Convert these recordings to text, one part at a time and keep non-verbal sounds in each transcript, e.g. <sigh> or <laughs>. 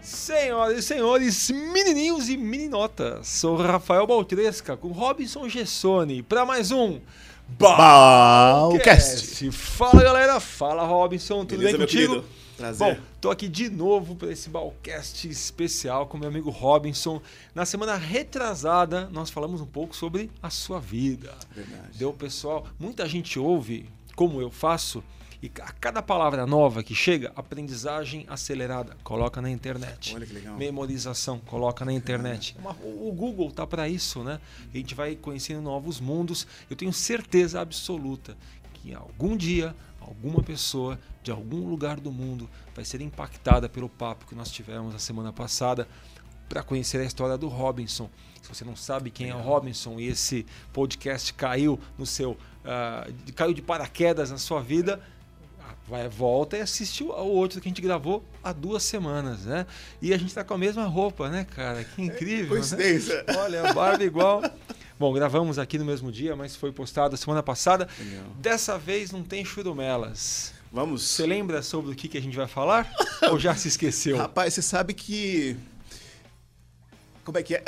Senhoras e senhores, menininhos e meninotas, sou Rafael Baltresca com Robson Gessoni para mais um Balcast. Cast. Fala galera, fala Robson, tudo bem Beleza, meu contigo? querido? Prazer. Bom, tô aqui de novo para esse Balcast especial com meu amigo Robinson. Na semana retrasada, nós falamos um pouco sobre a sua vida. Verdade. Deu, pessoal, muita gente ouve, como eu faço, e a cada palavra nova que chega, aprendizagem acelerada, coloca na internet. Olha que legal. Memorização, coloca na internet. Uma- o o Google tá para isso, né? A gente vai conhecendo novos mundos. Eu tenho certeza absoluta que algum dia alguma pessoa de algum lugar do mundo vai ser impactada pelo papo que nós tivemos na semana passada para conhecer a história do Robinson. Se você não sabe quem é o Robinson e esse podcast caiu no seu ah, de- caiu de paraquedas na sua vida, Ah, vai volta e assiste o o outro que a gente gravou há duas semanas, né? E a gente tá com a mesma roupa, né, cara? Que incrível. né? Coincidência. Olha, a barba é igual. <laughs> Bom, gravamos aqui no mesmo dia, mas foi postado semana passada. Legal. Dessa vez não tem churumelas. Vamos. Você lembra sobre o que, que a gente vai falar? Ou já se esqueceu? <laughs> Rapaz, você sabe que. Como é que é?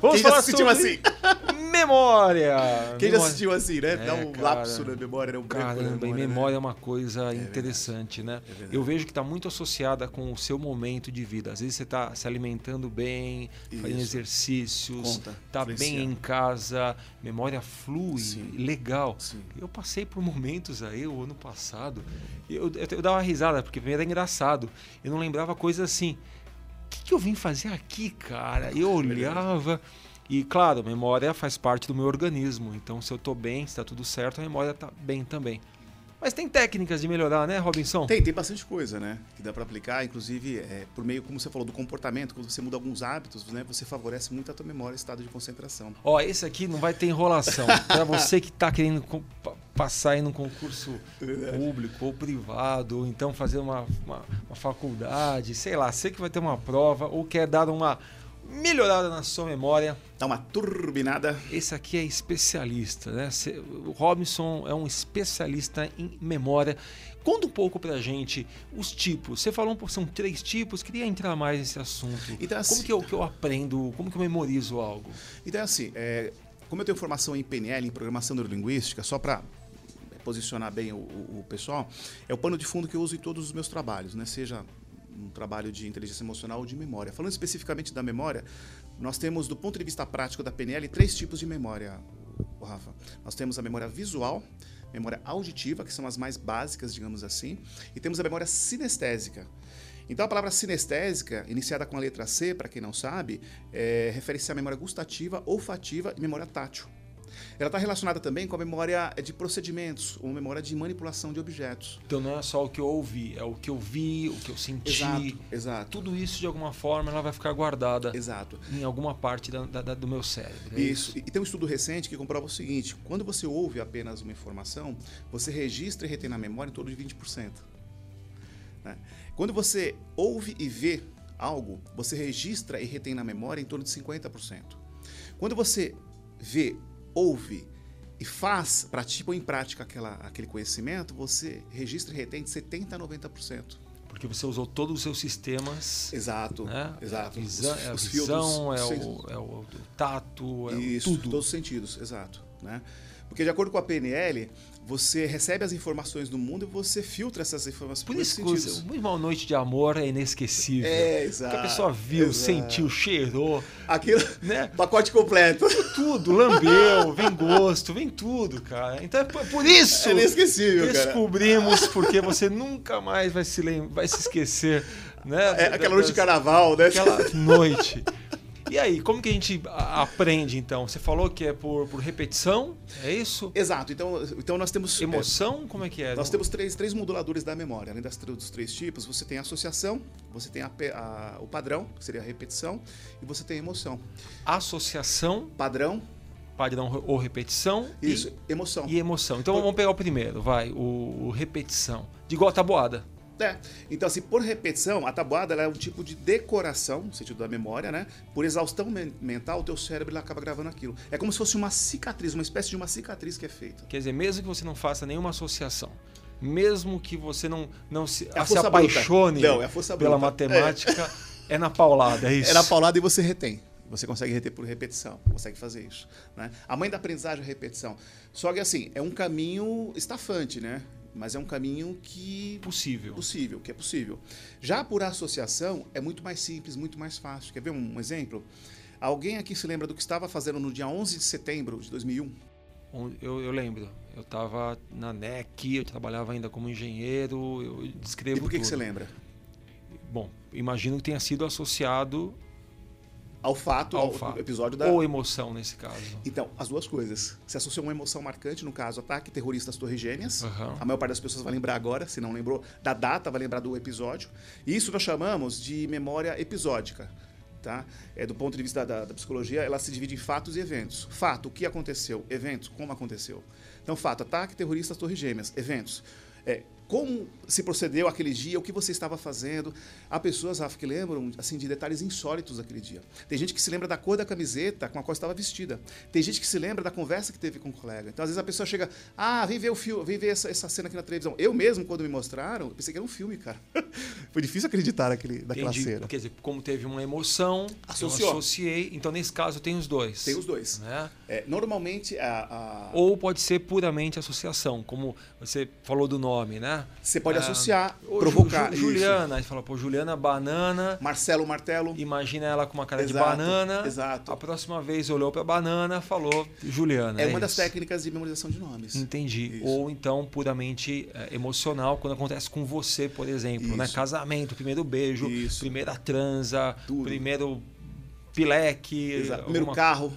Vamos Quem já falar assistiu sobre- assim? Memória! Quem já Memória. assistiu assim, né? É, Dá um cara. lapso na memória, né? Um branco na Caramba, e né? é memória é uma coisa interessante, né? Eu vejo que está muito associada com o seu momento de vida. Às vezes você está se alimentando bem, fazendo Isso. exercícios, Conta, está tá influencia. bem em casa, memória flui, Sim. legal. Sim. Eu passei por momentos aí o ano passado, eu, eu, eu dava risada, porque primeiro era engraçado. Eu não lembrava coisas assim. O que, que eu vim fazer aqui, cara? Eu olhava. E claro, a memória faz parte do meu organismo. Então, se eu tô bem, se tá tudo certo, a memória tá bem também. Mas tem técnicas de melhorar, né, Robinson? Tem, tem bastante coisa, né? Que dá pra aplicar, inclusive é, por meio, como você falou, do comportamento, quando você muda alguns hábitos, né? Você favorece muito a tua memória, estado de concentração. Ó, esse aqui não vai ter enrolação. Pra você que tá querendo co- pa- passar em um concurso público ou privado, ou então fazer uma, uma, uma faculdade, sei lá, você que vai ter uma prova ou quer dar uma melhorada na sua memória, Dá uma turbinada. esse aqui é especialista, né? Cê- O Robinson é um especialista em memória. Conta um pouco pra gente os tipos. Você falou, um po- são três tipos, queria entrar mais nesse assunto. Então, como assim- que eu, que eu aprendo, como que eu memorizo algo? Então é assim, é, como eu tenho formação em PNL, em programação neurolinguística, só para posicionar bem o, o- o pessoal, é o pano de fundo que eu uso em todos os meus trabalhos, né? Seja um trabalho de inteligência emocional ou de memória. Falando especificamente da memória, nós temos, do ponto de vista prático da PNL, três tipos de memória, o Rafa. Nós temos a memória visual, memória auditiva, que são as mais básicas, digamos assim, e temos a memória sinestésica. Então a palavra sinestésica, iniciada com a letra C, para quem não sabe, é, refere-se à memória gustativa, olfativa e memória tátil. Ela está relacionada também com a memória de procedimentos, ou memória de manipulação de objetos. Então não é só o que eu ouvi, é o que eu vi, o que eu senti. exato. Tudo isso, de alguma forma, ela vai ficar guardada Exato. em alguma parte da- da- da- do meu cérebro. é Isso. E tem um estudo recente que comprova o seguinte: quando você ouve apenas uma informação, você registra e retém na memória em torno de 20%. né? Quando você ouve e vê algo, você registra e retém na memória em torno de 50%. Quando você vê, ouve e faz, pratica ou em prática aquela, aquele conhecimento, você registra e retém de 70% a 90%. Porque você usou todos os seus sistemas. Exato. né? Exato. É a visão, é, a Os visão, é, os sen- o, é o tato, é o Isso, tudo. em todos os sentidos, exato. Né? Porque de acordo com a PNL, você recebe as informações do mundo e você filtra essas informações Por por isso esses que eu- sentidos. uma noite de amor é inesquecível. É, exato. Porque a pessoa viu, exato. sentiu, cheirou, Aquilo, né? pacote completo. Tudo, lambeu, vem gosto, vem tudo, cara. Então é por por isso É inesquecível, cara. descobrimos porque você nunca mais vai se, lem- vai se esquecer, né? É da- aquela noite de das- carnaval, né? aquela noite. E aí, como que a gente a- aprende então? Você falou que é por, por repetição, é isso? Exato. Então, então nós temos. é, Emoção, como é que é? Nós temos três, três moduladores da memória. Além das, tr- dos três tipos, você tem a associação, você tem a pe- a- o padrão, que seria a repetição, e você tem a emoção. associação, Padrão, padrão re- ou repetição e- isso, emoção. e, emoção. Então vamos pegar o primeiro, vai, o, o repetição. De igual a tabuada. É. Então, assim, por repetição, a tabuada ela é um tipo de decoração, no sentido da memória, né? Por exaustão men- mental, o teu cérebro ele acaba gravando aquilo. É como se fosse uma cicatriz, uma espécie de uma cicatriz que é feita. Quer dizer, mesmo que você não faça nenhuma associação, mesmo que você não, não se, É a Ah, se força bruta. apaixone Não, é a força pela bruta. matemática, É na paulada, é isso. É na paulada e você retém. Você consegue reter por repetição, consegue fazer isso. Né? A mãe da aprendizagem é a repetição. Só que assim, é um caminho estafante, né? Mas é um caminho que. Possível. Possível, que é possível. Já por associação, é muito mais simples, muito mais fácil. Quer ver um exemplo? Alguém aqui se lembra do que estava fazendo no dia 11 de setembro de 2001? Eu, eu lembro. Eu estava na NEC, eu trabalhava ainda como engenheiro, eu descrevo. E por que, tudo. que você lembra? Bom, imagino que tenha sido associado Ao fato, ao ao, fato. episódio da. Ou emoção nesse caso. Então, as duas coisas. Se associou uma emoção marcante, no caso, ataque terrorista às Torres Gêmeas. Aham. A maior parte das pessoas vai lembrar agora, se não lembrou da data, vai lembrar do episódio. E isso nós chamamos de memória episódica. Tá? É, do ponto de vista da, da psicologia, ela se divide em fatos e eventos. Fato, o que aconteceu. Eventos, como aconteceu. Então, fato, ataque terrorista às Torres Gêmeas. Eventos. É, como se procedeu aquele dia, o que você estava fazendo. Há pessoas, Rafa, que lembram assim, de detalhes insólitos daquele dia. Tem gente que se lembra da cor da camiseta com a qual estava vestida. Tem gente que se lembra da conversa que teve com o colega. Então, às vezes, a pessoa chega, ah, vem ver o filme, vem ver essa, essa cena aqui na televisão. Eu mesmo, quando me mostraram, eu pensei que era um filme, cara. <laughs> Foi difícil acreditar naquele, naquela Entendi. cena. Quer dizer, como teve uma emoção, Associou. eu associei. Então, nesse caso, tem os dois. Tem os dois. Né? É, normalmente, a- a- Ou pode ser puramente associação, como você falou do nome, né? você pode É, associar, Ô, Ju- provocar. Ju- isso. Juliana, aí você fala, pô, Juliana, banana. Marcelo Martelo. Imagina ela com uma cara de Exato, banana. exato. A próxima vez olhou pra banana, falou Juliana. É uma das isso. técnicas de memorização de nomes. Entendi. Isso. Ou então puramente é, emocional, quando acontece com você, por exemplo, né? Isso. Casamento, primeiro beijo, Isso. primeira transa, Tudo. primeiro pileque, Exato. alguma Primeiro carro,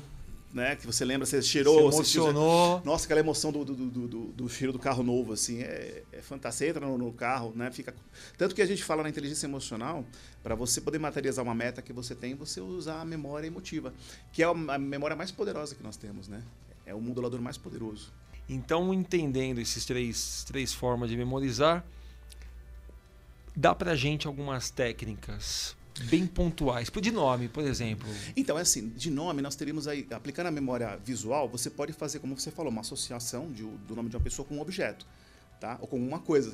né? Que você lembra, você cheirou, se você fez- emocionou. Nossa, aquela emoção do, do, do, do- do cheiro do carro novo, assim, é, é fantástico. Você entra no, no carro, né? Fica... Tanto que a gente fala na inteligência emocional, para você poder materializar uma meta que você tem, você usar a memória emotiva, que é a a memória mais poderosa que nós temos, né? É o modulador mais poderoso. Então, entendendo esses três, três formas de memorizar, dá pra gente algumas técnicas bem pontuais. Por- De nome, por exemplo. Então, é assim, de nome, nós teríamos aí, aplicando a memória visual, você pode fazer, como você falou, uma associação de o- do nome de uma pessoa com um objeto, tá? Ou com uma coisa.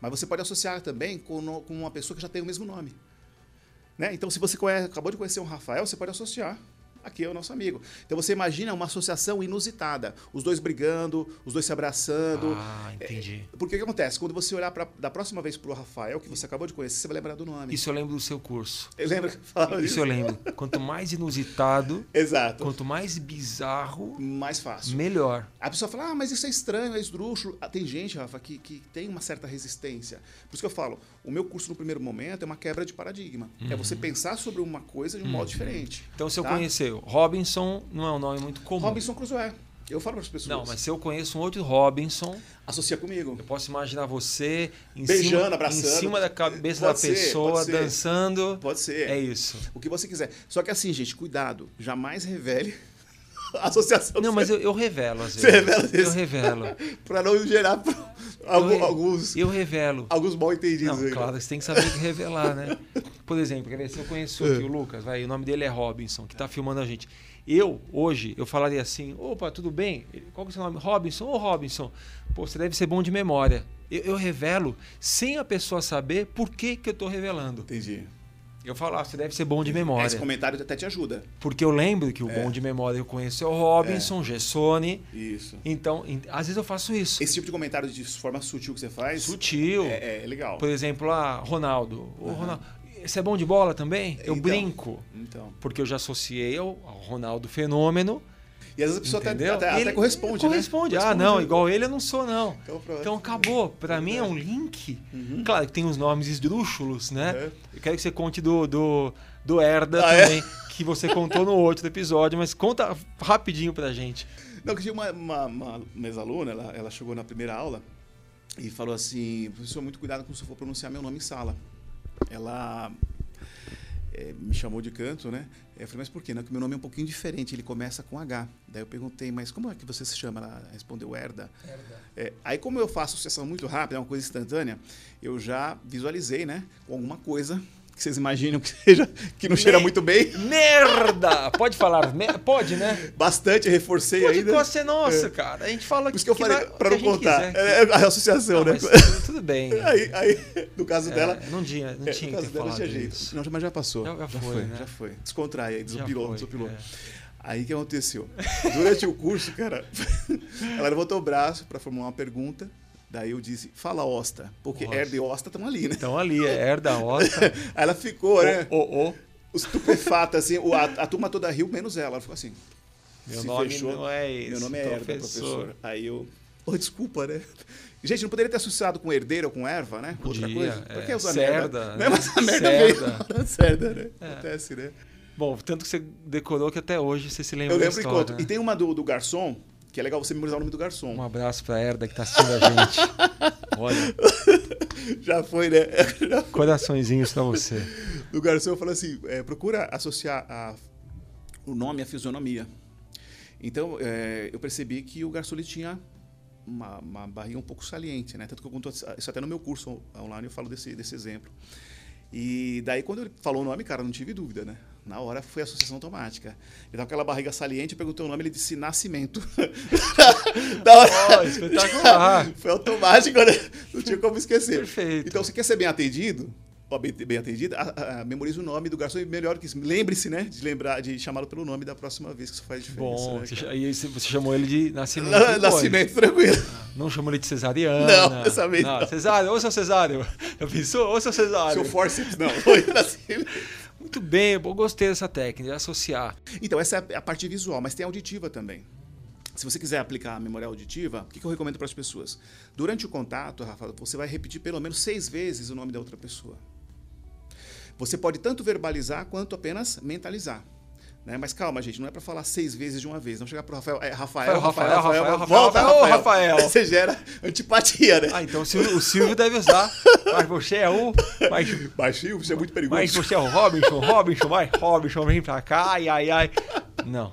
Mas você pode associar também com, no- com uma pessoa que já tem o mesmo nome. Né? Então, se você conhece- acabou de conhecer um Rafael, você pode associar. Aqui é o nosso amigo. Então, você imagina uma associação inusitada. Os dois brigando, os dois se abraçando. Ah, entendi. Porque o que acontece? Quando você olhar pra, da próxima vez pro Rafael, que você acabou de conhecer, você vai lembrar do nome. Isso eu lembro do seu curso. Lembra que eu falava Isso disso? eu lembro. Quanto mais inusitado, Exato. quanto mais bizarro, Mais fácil. melhor. A pessoa fala, ah, mas isso é estranho, é esdrúxulo. Ah, Tem gente, Rafa, que, que tem uma certa resistência. Por isso que eu falo, o meu curso no primeiro momento é uma quebra de paradigma. É você pensar sobre uma coisa de um modo diferente. Uhum. Então, se eu Tá? conhecer o Robinson, não é um nome muito comum. Robinson Crusoe. Eu falo para as pessoas. Não, mas se eu conheço um outro Robinson, Associa comigo. eu posso imaginar você em Beijando, cima, abraçando. em cima da cabeça Pode da ser, pessoa, pode ser. dançando. Pode ser. É isso. O que você quiser. Só que assim, gente, cuidado. Jamais revele <laughs> a associação. Não, <laughs> mas eu, eu revelo às vezes. Você revela às Eu vezes? revelo. Para não gerar pro- Eu <laughs> algum- re- alguns, Eu revelo. alguns mal entendidos. é Não, aí. claro, você tem que saber o que revelar, né? Por exemplo, quer ver, se eu É. conheço aqui o Lucas, vai, o nome dele é Robinson, que tá filmando a gente. Eu, hoje, eu falaria assim, opa, tudo bem? Ele, Qual que é o seu nome? Robinson, ô Robinson, pô, você deve ser bom de memória. Eu, eu revelo sem a pessoa saber por que, que eu tô revelando. Entendi. Eu falo, ah, você deve ser bom de É, Esse memória. comentário até te ajuda. Porque eu lembro que o bom de memória eu conheço é o Robinson, Gessone. Isso. Então, em- às vezes eu faço isso. Esse tipo de comentário de forma sutil que você faz. Sutil. É, é legal. Por exemplo, ah, Ronaldo. Ô, Ronaldo, você é bom de bola também? Eu Então. brinco. Então. Porque eu já associei ao, ao Ronaldo Fenômeno. E às vezes a pessoa até, entendeu? até, até Ele- corresponde, né? Corresponde. Ah, não, igual ele eu não sou, não. Então, pronto. Então acabou. Pra mim é um link. Claro que tem os nomes esdrúxulos, né? Uhum. Eu quero que você conte do, do, do Herda Ah, é? também, que você contou no outro episódio, mas conta rapidinho pra gente. Não, que tinha uma, uma, uma ex-aluna, ela, ela chegou na primeira aula e falou assim, professor, muito cuidado quando você for pronunciar meu nome em sala. Ela eh, me chamou de canto, né? Eu falei, mas por quê? Não, que meu nome é um pouquinho diferente, ele começa com H. Daí eu perguntei, mas como é que você se chama? Ela respondeu Herda. É, aí como eu faço associação muito rápida, é uma coisa instantânea, eu já visualizei, né? Com alguma coisa que vocês imaginam que seja que não cheira muito bem. Merda! Pode falar, mer- pode, né? Bastante, reforcei Pode ainda. quase ser nossa, cara. A gente fala Por isso que eu falei, na- pra É. que não a gente contar. quiser. É a associação, Não, né? mas <laughs> tudo bem. <laughs> Aí, aí, no caso É, dela. não tinha, não é, tinha no que caso ter dela falado tinha jeito. isso. Não, mas já passou. Já- já foi, né? já foi. Descontrai aí, desopilou, foi, desopilou. é. Aí o que aconteceu? Durante o curso, cara, <laughs> ela levantou o braço pra formular uma pergunta. Daí eu disse, fala Osta, porque Nossa. Herda e Osta estão ali, <laughs> né? Então ali, é herda óssea. <laughs> Aí ela ficou, né? Ô, ô, Estupefata, assim, o- a, a turma toda riu, menos ela. Ela ficou assim. Meu se nome fechou. não é esse, Meu nome é Herda, professor. professor. Aí eu. Pô, desculpa, né? Gente, não poderia ter associado com herdeiro ou com erva, né? Outra Podia, coisa. é, Pra que usar cerda, né? merda? Né? Mas a merda Cerda. veio. <laughs> Cerda, né? É. Acontece, né? Bom, tanto que você decorou que até hoje você se lembra Eu da lembro história, enquanto. E tem uma do, do garçom, que é legal você memorizar o nome do garçom. Um abraço pra Herda que tá assistindo a <laughs> gente. Olha, Já foi, né? <laughs> coraçõezinhos pra você. do garçom falou assim: é, procura associar a- o nome à fisionomia. Então, é, eu percebi que o garçom ele tinha uma, uma barriga um pouco saliente, né? Tanto que eu conto isso até no meu curso online, eu falo desse, desse exemplo. E daí, quando ele falou o nome, cara, eu não tive dúvida, né? Na hora foi a associação automática. Ele tava com aquela barriga saliente, eu perguntei o nome, ele disse Nascimento. <laughs> da hora. Ó, espetacular. Foi automático, né? Não tinha como esquecer. Perfeito. Então, você quer ser bem atendido, ó, bem, bem atendida, a- a- memoriza o nome do garçom e melhor que isso. Lembre-se, né? De lembrar, de chamá-lo pelo nome da próxima vez, que isso faz diferença. Bom, né, você, cara? ch- aí você você chamou ele de <laughs> Nascimento. Na- depois. né? Nascimento, tranquilo. Não chamou ele de cesariana. Não, dessa vez Não, não. Cesário, ô seu Cesário. <laughs> Eu pensou, ô seu Cesário. Seu forceps, não. <laughs> Foi Nascimento. Muito bem, eu gostei dessa técnica, de associar. Então, essa é a parte visual, mas tem a auditiva também. Se você quiser aplicar a memória auditiva, o que que eu recomendo para as pessoas? Durante o contato, Rafa, você vai repetir pelo menos seis vezes o nome da outra pessoa. Você pode tanto verbalizar quanto apenas mentalizar. né? Mas calma, gente, não é para falar seis vezes de uma vez. Não chegar para Rafael, é Rafael, Rafael, Rafael, Rafael, Rafael, Rafael, volta, Rafael, Rafael. Rafael. Aí <laughs> Você gera antipatia, né? Ah, então o Silvio, o Silvio deve usar. Mas você é o. Mas, Baixinho, isso é muito perigoso. mas você é o Robinson, Robinson, vai, Robinson, vem pra cá, ai, ai, ai. Não.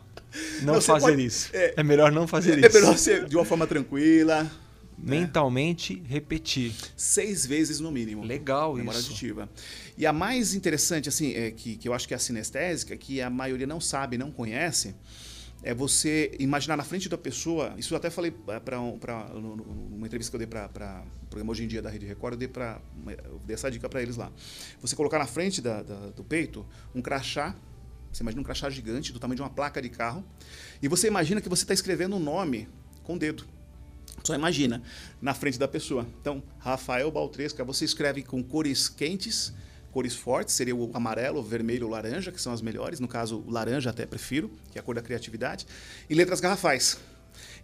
Não, Não, você fazer pode- isso. É, é- melhor não fazer <laughs> é isso. melhor ser de uma forma tranquila, Mentalmente repetir. seis vezes no mínimo. Legal memória isso. auditiva. E a mais interessante, assim, é, que, que eu acho que é a sinestésica, que a maioria não sabe, não conhece, é você imaginar na frente da pessoa. Isso eu até falei um, para uma entrevista que eu dei para o programa Hoje em Dia da Rede Record, eu dei, pra, eu dei essa dica para eles lá. Você colocar na frente da- da- do peito um crachá. Você imagina um crachá gigante do tamanho de uma placa de carro. E você imagina que você está escrevendo um nome com o dedo. Só imagina, na frente da pessoa. Então, Rafael Baltresca, você escreve com cores quentes, cores fortes, seria o amarelo, o vermelho, o laranja, que são as melhores. No caso, o laranja até prefiro, que é a cor da criatividade. E letras garrafais.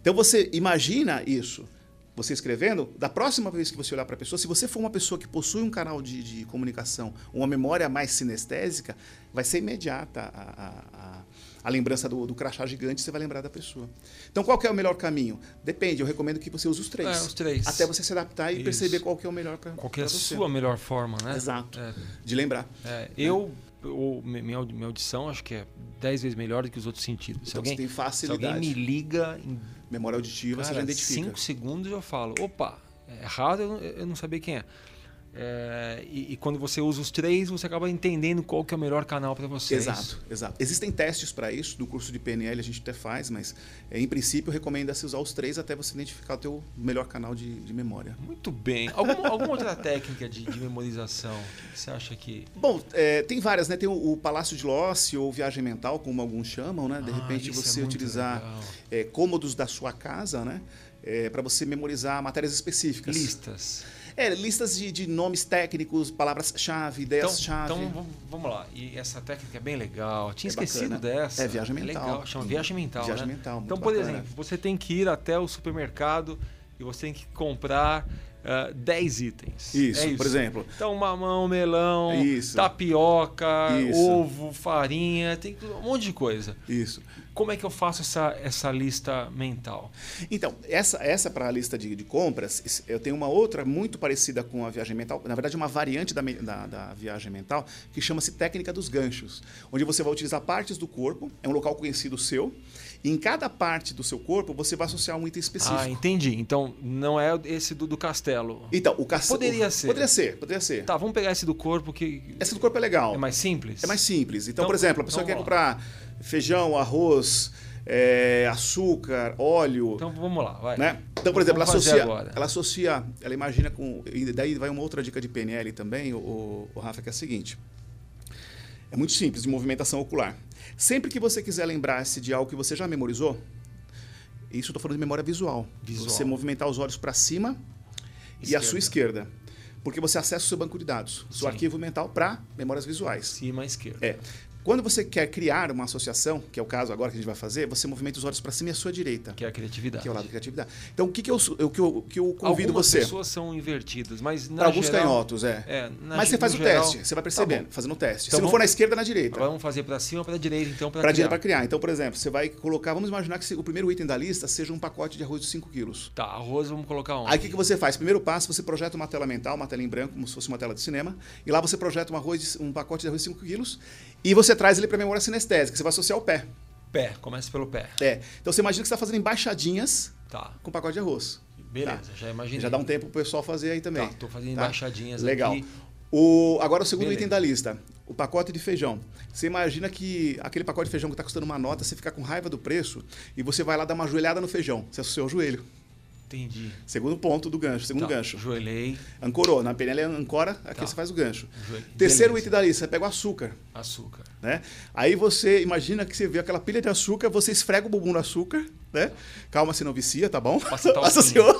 Então, você imagina isso. Você escrevendo, da próxima vez que você olhar para a pessoa, se você for uma pessoa que possui um canal de, de comunicação, uma memória mais sinestésica, vai ser imediata a- a- a, a lembrança do, do crachá gigante, você vai lembrar da pessoa. Então, qual que é o melhor caminho? Depende, eu recomendo que você use os três. É, os três. Até você se adaptar e Isso. perceber qual que é o melhor para Qual que é a sua melhor forma, né? Exato. É, De lembrar. é, eu, eu- minha, audi- minha audição acho que é 10 vezes melhor do que os outros sentidos. Se Então, você alguém, tem se alguém facilidade. me liga em Memória auditiva, você já Cara, identifica. cinco segundos eu falo, opa, é errado, eu, eu não sabia quem é. É, e, e quando você usa os três, você acaba entendendo qual que é o melhor canal para você. é isso? Exato, exato. Existem testes para isso, do curso de PNL a gente até faz, mas é, em princípio recomenda-se usar os três até você identificar o teu melhor canal de, de memória. Muito bem. Alguma, alguma outra técnica de, de memorização que você acha que. Bom, é, tem várias, né? Tem o, o Palácio de Losse ou Viagem Mental, como alguns chamam, né? De Ah, repente isso é você muito utilizar legal. é, cômodos da sua casa, né? para você memorizar matérias específicas. Listas. É, listas de, de nomes técnicos, palavras-chave, Então, ideias-chave. então vamos- vamos lá. E essa técnica é bem legal. Tinha É esquecido bacana. dessa. É viagem mental. Legal. Chama viagem mental. Viagem né? mental, muito Então, por bacana. exemplo, você tem que ir até o supermercado e você tem que comprar ah, 10 itens. Isso, É por exemplo. É Então, mamão, melão, Isso. tapioca, Isso. ovo, farinha, tem um monte de coisa. Isso. Como é que eu faço essa, essa lista mental? Então, essa, essa para a lista de, de compras, es- eu tenho uma outra muito parecida com a viagem mental, na verdade, uma variante da, me- da- da viagem mental, que chama-se técnica dos ganchos, onde você vai utilizar partes do corpo, é um local conhecido seu, E em cada parte do seu corpo, você vai associar um item específico. Ah, entendi. Então não é esse do, do castelo. Então, o castelo. Poderia ser. Poderia ser, poderia ser. Tá, vamos pegar esse do corpo que Essa do corpo é legal. é mais simples. É mais simples. Então, Então, por exemplo, a pessoa então quer vamos comprar feijão, arroz, é, açúcar, óleo. Então vamos lá, vai. Tipo, né? Então, por exemplo, ela Vamos fazer associa, agora. ela associa, ela imagina com. E daí vai uma outra dica de PNL também, o, o- o Rafa, que é a seguinte. É muito simples, de movimentação ocular. Sempre que você quiser lembrar-se de algo que você já memorizou, isso eu estou falando de memória visual. Visual. Você movimentar os olhos para cima e a sua esquerda. Porque você acessa o seu banco de dados, seu Sim. arquivo mental para memórias visuais. Cima à esquerda. É. Quando você quer criar uma associação, que é o caso agora que a gente vai fazer, você movimenta os olhos para cima e a sua direita, Que é a criatividade. que é o lado da criatividade. Então, o que, que, eu, su- eu- que eu- que eu convido Algumas você? pessoas são invertidas, mas na Para alguns geral- canhotos, é. É, na- Mas você no faz o geral- teste, você Tá vai percebendo, bom. fazendo o teste. Então Se não vamos- for na esquerda, na direita. Agora vamos fazer para cima ou para direita, então, para criar. Para direita, para criar. Então, por exemplo, você vai colocar, vamos imaginar que se- o primeiro item da lista seja um pacote de arroz de 5 quilos. Tá, arroz vamos colocar onde? Aí o que, que você faz? Primeiro passo, você projeta uma tela mental, uma tela em branco, como se fosse uma tela de cinema, e lá você projeta um, arroz, de- um pacote de arroz de 5 quilos e você traz ele para a memória sinestésica, que você vai associar o pé. Pé, começa pelo pé. É. Então você imagina que você está fazendo embaixadinhas Tá, com pacote de arroz. beleza, já imaginei. Já dá um tempo pro pessoal fazer aí também. Tá, tô fazendo Tá? embaixadinhas Legal. aqui. O, agora o segundo Beleza. item da lista. O pacote de feijão. Você imagina que aquele pacote de feijão que está custando uma nota, você fica com raiva do preço e você vai lá dar uma joelhada no feijão. Você associou o joelho. Entendi. Segundo ponto do gancho, segundo Tá, um gancho. Joelhei, Ancorou. Na PNL é ancora, aqui Tá. você faz o gancho. Joelho. Terceiro Beleza. item da lista, você pega o açúcar. açúcar. <laughs> né? Aí você imagina que você vê aquela pilha de açúcar, você esfrega o bumbum no açúcar, né? Calma, você não vicia, tá bom? Passa <laughs> talquinho. senhor,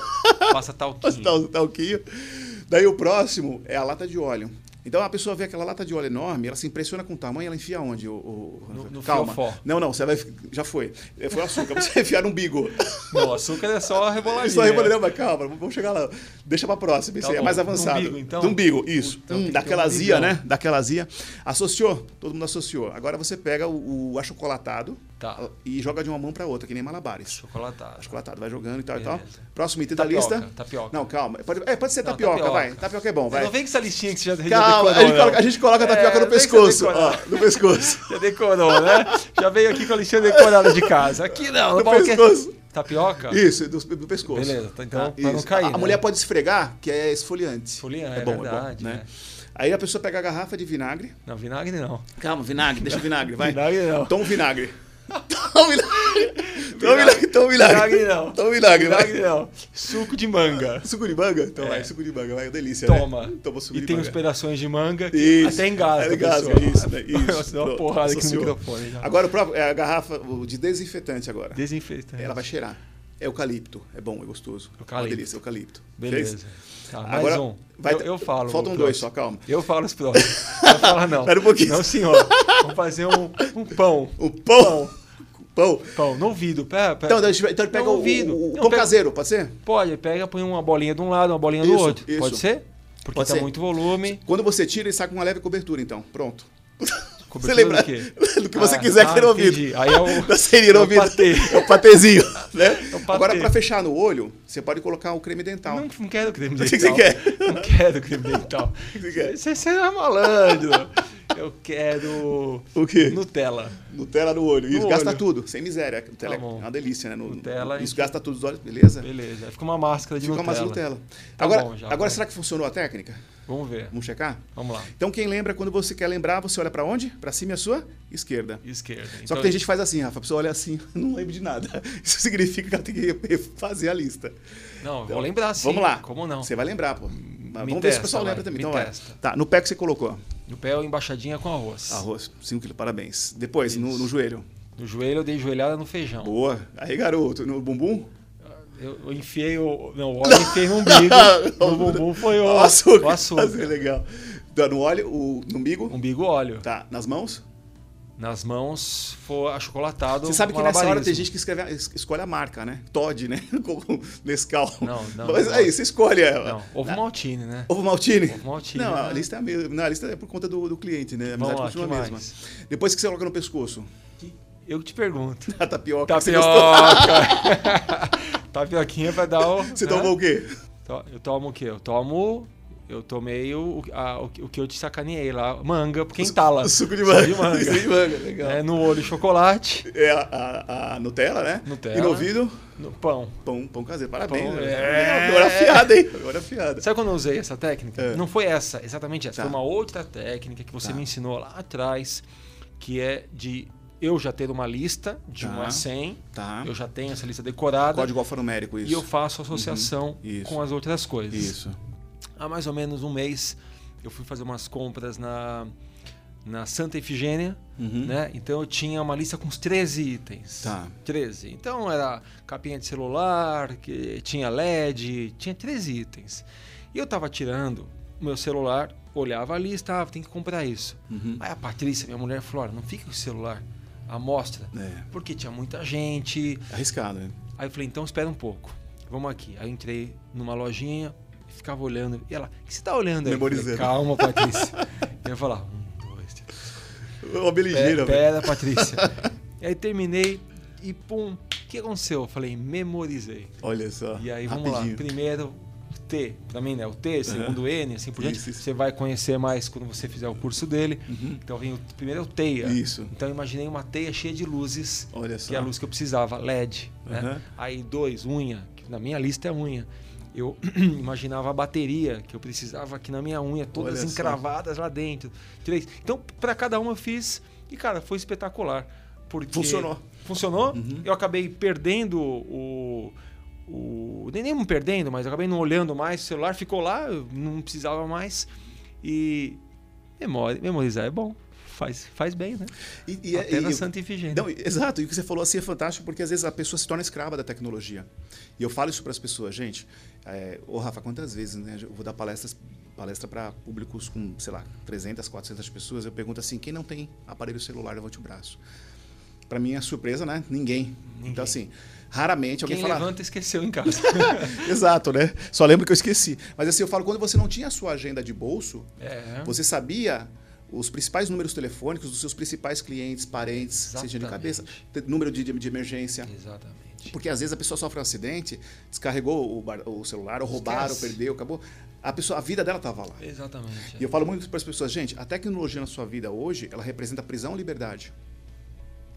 Passa talquinho. passa tal, talquinho. um Daí o próximo é a lata de óleo. Então a pessoa vê aquela lata de óleo enorme, ela se impressiona com o tamanho, ela enfia onde? O, o- No- no Calma. fiofó. Não, não, você vai. Já foi. É, Foi o açúcar, você vai enfiar no <laughs> umbigo. Não, açúcar é <laughs> só a reboladinha. Só rebolando, não, mas calma, vamos chegar lá. Deixa pra próxima, esse Tá aí é bom. mais Do avançado. umbigo, então? Do umbigo, isso. Então Hum, tem que ter daquela um zia, umbigão. né? Daquela zia. Associou? Todo mundo associou. Agora você pega o, o achocolatado Tá. e joga de uma mão pra outra, que nem malabares. Chocolatado. Achocolatado, Tá vai jogando e tal e Beleza. tal. Próximo item Tapioca, da lista. tapioca. Não, calma. Pode, é, pode ser Não, tapioca, tapioca. vai. Tapioca é bom, Você vai. não vem com essa listinha que você já, já decorou, Calma, a gente, não. coloca, a gente coloca a tapioca É, no não vem que você pescoço. decorou. Ó, no pescoço. Já decorou, né? Já veio aqui com a listinha decorada de casa. Aqui não, No não fala que é- pescoço. Tapioca? Isso, do, do pescoço. Beleza, tá, então, pra não isso. cair, A, a né? mulher pode esfregar, que é esfoliante. Esfoliante, é verdade, né? Aí a pessoa pega a garrafa de vinagre. Não, vinagre não. Calma, vinagre, deixa o vinagre, vai. Vinagre não. Toma o <laughs> vinagre. Toma o vinagre. Toma o vinagre. Toma o vinagre. Vinagre não. Toma o vinagre, Vinagre vai. não. Suco de manga. Suco de manga? Então É. vai, suco de manga, vai, delícia, Toma. né? Toma o suco e de tem um uns manga. pedaços de manga. que Isso. Até engasga. É, engasga, pessoal. isso, <laughs> né? Eu Isso. dou uma Pronto, porrada aqui no associou. microfone. né? já. Agora o próprio, é a garrafa o de desinfetante agora. Desinfetante. Ela vai cheirar. É eucalipto. É bom, é gostoso. Uma Eucalipto. delícia, eucalipto. Beleza. Fez? Tá, mais Agora um. vai- eu, eu falo. Faltam o dois próximo. só, calma. Eu falo os <laughs> próximos. Não fala não. Espera um pouquinho. Não, senhor. Vamos fazer um, um pão. O pão. O <laughs> pão. Pão, no ouvido. Pera, pera. Então, deixa- então pega Não, o, ouvido. o- o Não, pão pega- caseiro, pode ser? Pode, pega, põe uma bolinha de um lado, uma bolinha do Isso, outro. isso. Pode ser? Porque Pode tá ser. muito volume. Quando você tira, ele sai com uma leve cobertura, então. Pronto. Cobertura lembra do quê? <laughs> do que você Ah, quiser ah, que era ouvido. entendi. Aí é <laughs> o- Da seria é o ouvido. <laughs> patê. É É <laughs> o patezinho. Né? patê. Agora, pra fechar no olho, você pode colocar o creme dental. Não, não quero creme dental. que você quer? Não quero creme <laughs> dental. que quer? Você você é malandro. Eu quero. O quê? Nutella. Nutella no olho. Isso, No gasta olho. tudo. Sem miséria. Nutella Tá é bom. uma delícia, né? No- Nutella, isso gente. gasta tudo os olhos, beleza? Beleza. aí Fica uma máscara de Fica Nutella. mais Nutella. Tá agora, bom já, agora vai. será que funcionou a técnica? Vamos ver. Vamos checar? Vamos lá. Então, quem lembra, quando você quer lembrar, você olha pra onde? Pra cima e a sua esquerda. Esquerda. Então, Só que tem gente que faz assim, Rafa. A pessoa olha assim, <laughs> não lembra de nada. <laughs> Isso significa que ela tem que fazer a lista. Não, eu vou lembrar sim. Vamos lá. Como não? Você vai lembrar, pô. Mas me vamos ver se o testa, pessoal vai. lembra também. Me então, vai. testa. Tá, no pé que você colocou. No pé, eu embaixadinha com arroz. Arroz, 5 quilos, parabéns. Depois, no, no joelho. No joelho, eu dei joelhada no feijão. Boa. Aí, garoto, no bumbum. Eu, eu enfiei o. Não, o óleo eu enfiei no umbigo. <laughs> no bumbum foi o, O açúcar. o açúcar. Um Nossa, legal. Tá, no óleo, o, no umbigo. Umbigo óleo. Tá, nas mãos. Nas mãos foi achocolatado. Você sabe que nessa hora tem malabarismo. gente que escreve, a- es- escolhe a marca, né? Todd, né? <laughs> Como Nescau. Não, não, Mas não. aí, você escolhe ela. Não, ovo Na- maltine, né? Ovo Maltini? Ovo Maltini, Não, né? a lista é a mesma. Não, a lista é por conta do, do cliente, né? A Vamos amizade lá, continua que a mesma. mais? Depois que você coloca no pescoço, <laughs> Eu te pergunto. a tapioca. <laughs> que Você, gostou, Tapioca! <laughs> Tapioquinha vai dar o. você né? tomou o quê? To- Eu tomo o quê? Eu tomo Eu tomei o, a- o que- o que eu te sacaneei lá, manga, porque Su- entala. Suco de manga. de <laughs> manga. Suco de manga, legal. É, no olho, chocolate, É a, a- a Nutella, né? Nutella. E no ouvido, no pão. pão, pão caseiro. Parabéns. Pão, né? é. Agora afiada, hein? Agora afiada. Sabe quando eu usei essa técnica? É. Não foi essa, exatamente essa. Tá. Foi uma outra técnica que você Tá. me ensinou lá atrás, que é de eu já ter uma lista de Tá. 1 a 100, Tá. eu já tenho essa lista decorada Código alfanumérico, isso. Uhum. e eu faço associação Isso. com as outras coisas. Isso. Há mais ou menos um mês, eu fui fazer umas compras na, na Santa Efigênia, Uhum. né? Então eu tinha uma lista com uns 13 itens. Tá. 13. Então era capinha de celular, que tinha LED, tinha 13 itens. E eu tava tirando o meu celular, olhava a lista, ah, tem que comprar isso. Uhum. Aí a Patrícia, minha mulher, falou: "Olha, não fica com o celular, a mostra. É. Porque tinha muita gente. Arriscado, né? Aí eu falei, então espera um pouco. Vamos aqui. Aí eu entrei numa lojinha, ficava olhando. E ela, o que você tá olhando aí? Eu falei, Memorizando. Calma, Patrícia. <laughs> eu ia falar, um, dois, três. É Uma beligeira, Pera, pera, velho. Patrícia. E <laughs> aí terminei e pum, o que aconteceu? Eu falei, memorizei. Olha só. E aí vamos rapidinho. lá. Primeiro, T, pra mim, né? O T, segundo N, assim por diante. Isso, isso. Você vai conhecer mais quando você fizer o curso dele. Uhum. Então vem o primeiro é o teia. Isso. Então eu imaginei uma teia cheia de luzes Olha só. que é a luz que eu precisava, LED. né? Aham. Aí dois, unha, que na minha lista é unha. Eu <clears throat> imaginava a bateria que eu precisava aqui na minha unha, todas Olha só. encravadas lá dentro. Três. Então, para cada uma eu fiz e, cara, foi espetacular. Porque Funcionou. Uhum. Funcionou. Eu acabei perdendo o. o nem, nem me perdendo, mas eu acabei não olhando mais. O celular ficou lá, eu não precisava mais. E memória, memorizar é bom. Faz, faz bem, né? E, e, é- Até na e- Santa Ifigênia. Não, exato, e o que você falou assim é fantástico, porque às vezes a pessoa se torna escrava da tecnologia. E eu falo isso para as pessoas, gente. É, ô, Rafa, quantas vezes, né? Eu vou dar palestras palestra para públicos com, sei lá, 300, 400 pessoas. Eu pergunto assim: quem não tem aparelho celular, levante o braço. Para minha surpresa, né? Ninguém. Então, assim, raramente alguém Quem fala. levanta esqueceu em <laughs> casa. Exato, né? Só lembro que eu esqueci. Mas assim, eu falo: quando você não tinha a sua agenda de bolso, é. você sabia os principais números telefônicos dos seus principais clientes, parentes, seja de Exatamente. cabeça, te- número de, de emergência. É, Exatamente. Porque às vezes a pessoa sofre um acidente, descarregou o, bar- o celular, ou roubaram, Esquece. perdeu, acabou. A, pessoa, a vida dela estava lá. Exatamente. E eu falo muito para as pessoas, gente, a tecnologia na sua vida hoje, ela representa prisão e liberdade.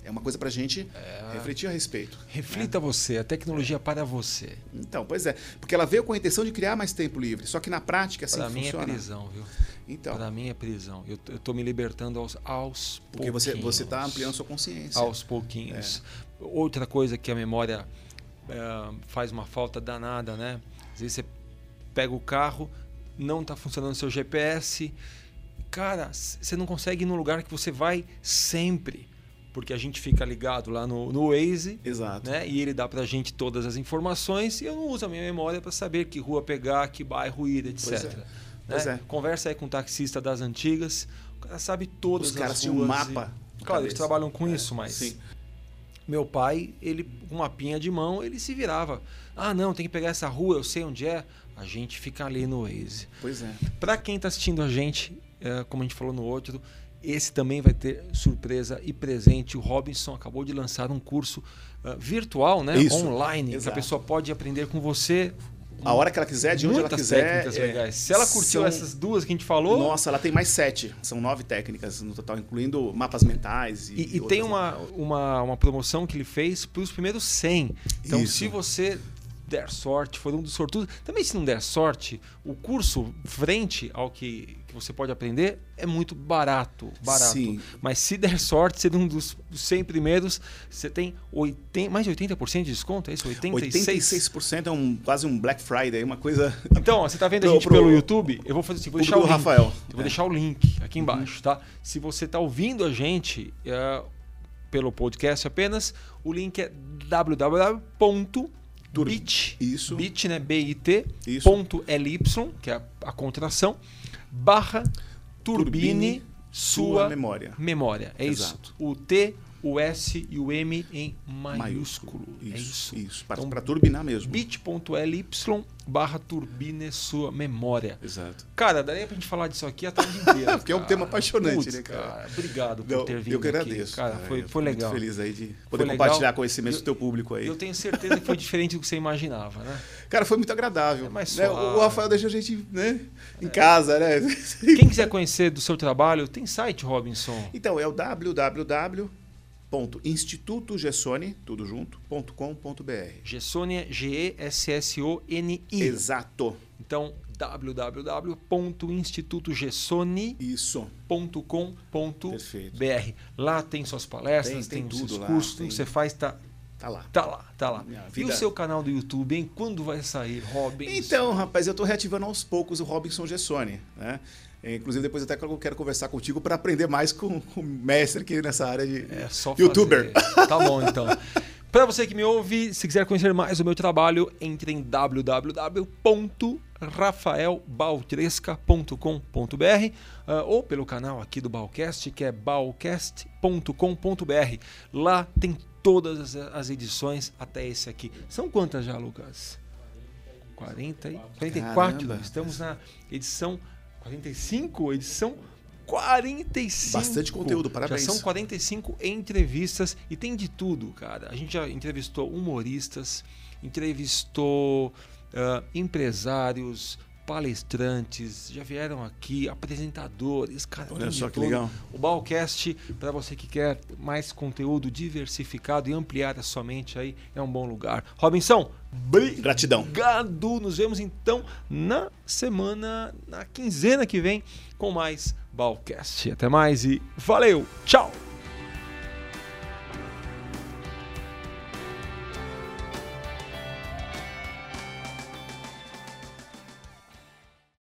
É uma coisa para gente É. refletir a respeito. Reflita você, a tecnologia para você. Então, pois é. Porque ela veio com a intenção de criar mais tempo livre. Só que na prática, assim Para que mim é funciona. prisão, viu? Então, Para mim é prisão. Eu, eu tô me libertando aos, aos porque pouquinhos. você você está ampliando sua consciência. É. Aos pouquinhos. Outra coisa que a memória eh, faz uma falta danada, né? Às vezes você pega o carro, não tá funcionando o seu GPS. Cara, c- você não consegue ir num lugar que você vai sempre. Porque a gente fica ligado lá no, no Waze Exato. né? E ele dá pra gente todas as informações e eu não uso a minha memória para saber que rua pegar, que bairro ir, etc. Pois é. né? Pois é. Conversa aí com o taxista das antigas, o cara sabe todas Os caras as tinham um ruas. mapa E... na Claro, eles cabeça. É, trabalham com isso, mas Sim. meu pai, ele com uma pinha de mão, ele se virava. Ah, não, tem que pegar essa rua, eu sei onde é. A gente fica ali no Waze. Pois é. Para quem está assistindo a gente, é, como a gente falou no outro, esse também vai ter surpresa e presente. O Robinson acabou de lançar um curso ah, virtual, né? Isso, online, exato. que a pessoa pode aprender com você. A hora que ela quiser, de onde muitas ela quiser. técnicas é, legais. Se ela curtiu são- essas duas que a gente falou, Nossa, ela tem mais sete. São nove técnicas no total, incluindo mapas mentais. E, E, e outras tem lá. uma, uma, uma promoção que ele fez para os primeiros 100. Então, Isso. se você der sorte, for um dos sortudos. Também, se não der sorte, o curso frente ao que, que você pode aprender é muito barato. barato. assim. Sim. Mas se der sorte, ser um dos 100 primeiros, você tem 80, mais de 80% de desconto? É isso? 86? 86% é um, quase um Black Friday, uma coisa. Então, ó, você tá vendo a Pro- gente pro- pelo YouTube? Eu vou fazer assim, vou Público deixar o link. Rafael. Eu vou É. deixar o link aqui embaixo, tá? Se você tá ouvindo a gente é, pelo podcast apenas, o link é www.bit. Isso. Bit, né? B-I-T. Isso. Ponto LY, que é a, a contração, barra turbine, Turbine sua memória. memória. É Exato. isso. O T o S e o M em maiúsculo. é isso. Isso, para, Então, para turbinar mesmo. bit.ly barra turbine sua memória. Exato. Cara, daria pra gente falar disso aqui a tarde inteira. <laughs> Porque é um cara. tema apaixonante, Putz, né, cara? Obrigado por Não, ter vindo eu que aqui. agradeço. Cara, cara. foi, Eu foi tô legal. Muito feliz aí de poder legal. compartilhar conhecimento Eu- do teu público aí. Eu tenho certeza que foi diferente do que você imaginava, <laughs> né? Cara, foi muito agradável. É mais né? suave. É. O Rafael deixou a gente né? em casa, né? Quem quiser conhecer do seu trabalho, tem site, Robinson. <laughs> Então, é o www.institutogessone, tudo junto, ponto com, ponto br. Gessonia, G-E-S-S-O-N-I. Exato. Então, www.institutogessoni.com.br. Isso. Perfeito. Lá tem suas palestras, Tem- tem, tem os tudo seus lá, cursos, tudo tem- que você faz, tá, Tá lá. tá lá, tá lá. Minha E o vida- seu canal do YouTube, hein? Quando vai sair, Robinson? Então, rapaz, eu tô reativando aos poucos o Robinson Gessoni, né? É, Inclusive, depois até que eu quero conversar contigo para aprender mais com o mestre aqui nessa área de É só youtuber. fazer. <laughs> Tá bom, então. Para você que me ouve, se quiser conhecer mais o meu trabalho, entre em www.rafaelbaltresca.com.br ah, ou pelo canal aqui do Balcast, que é balcast.com.br. Lá tem todas as- as edições até esse aqui. São quantas já, Lucas? 40 e 44. Caramba. Estamos na edição 45, edição 45. Bastante conteúdo, parabéns. Já são 45 entrevistas e tem de tudo, cara. A gente já entrevistou humoristas, entrevistou ah, empresários, palestrantes, já vieram aqui, apresentadores, cara. Olha tem de só que tudo. legal. O Balcast, para você que quer mais conteúdo diversificado e ampliar a sua mente aí, é um bom lugar. Robinson, obrigado. Gratidão. Obrigado. Nos vemos então na semana, na quinzena que vem, com mais Balcast. Até mais e valeu. Tchau.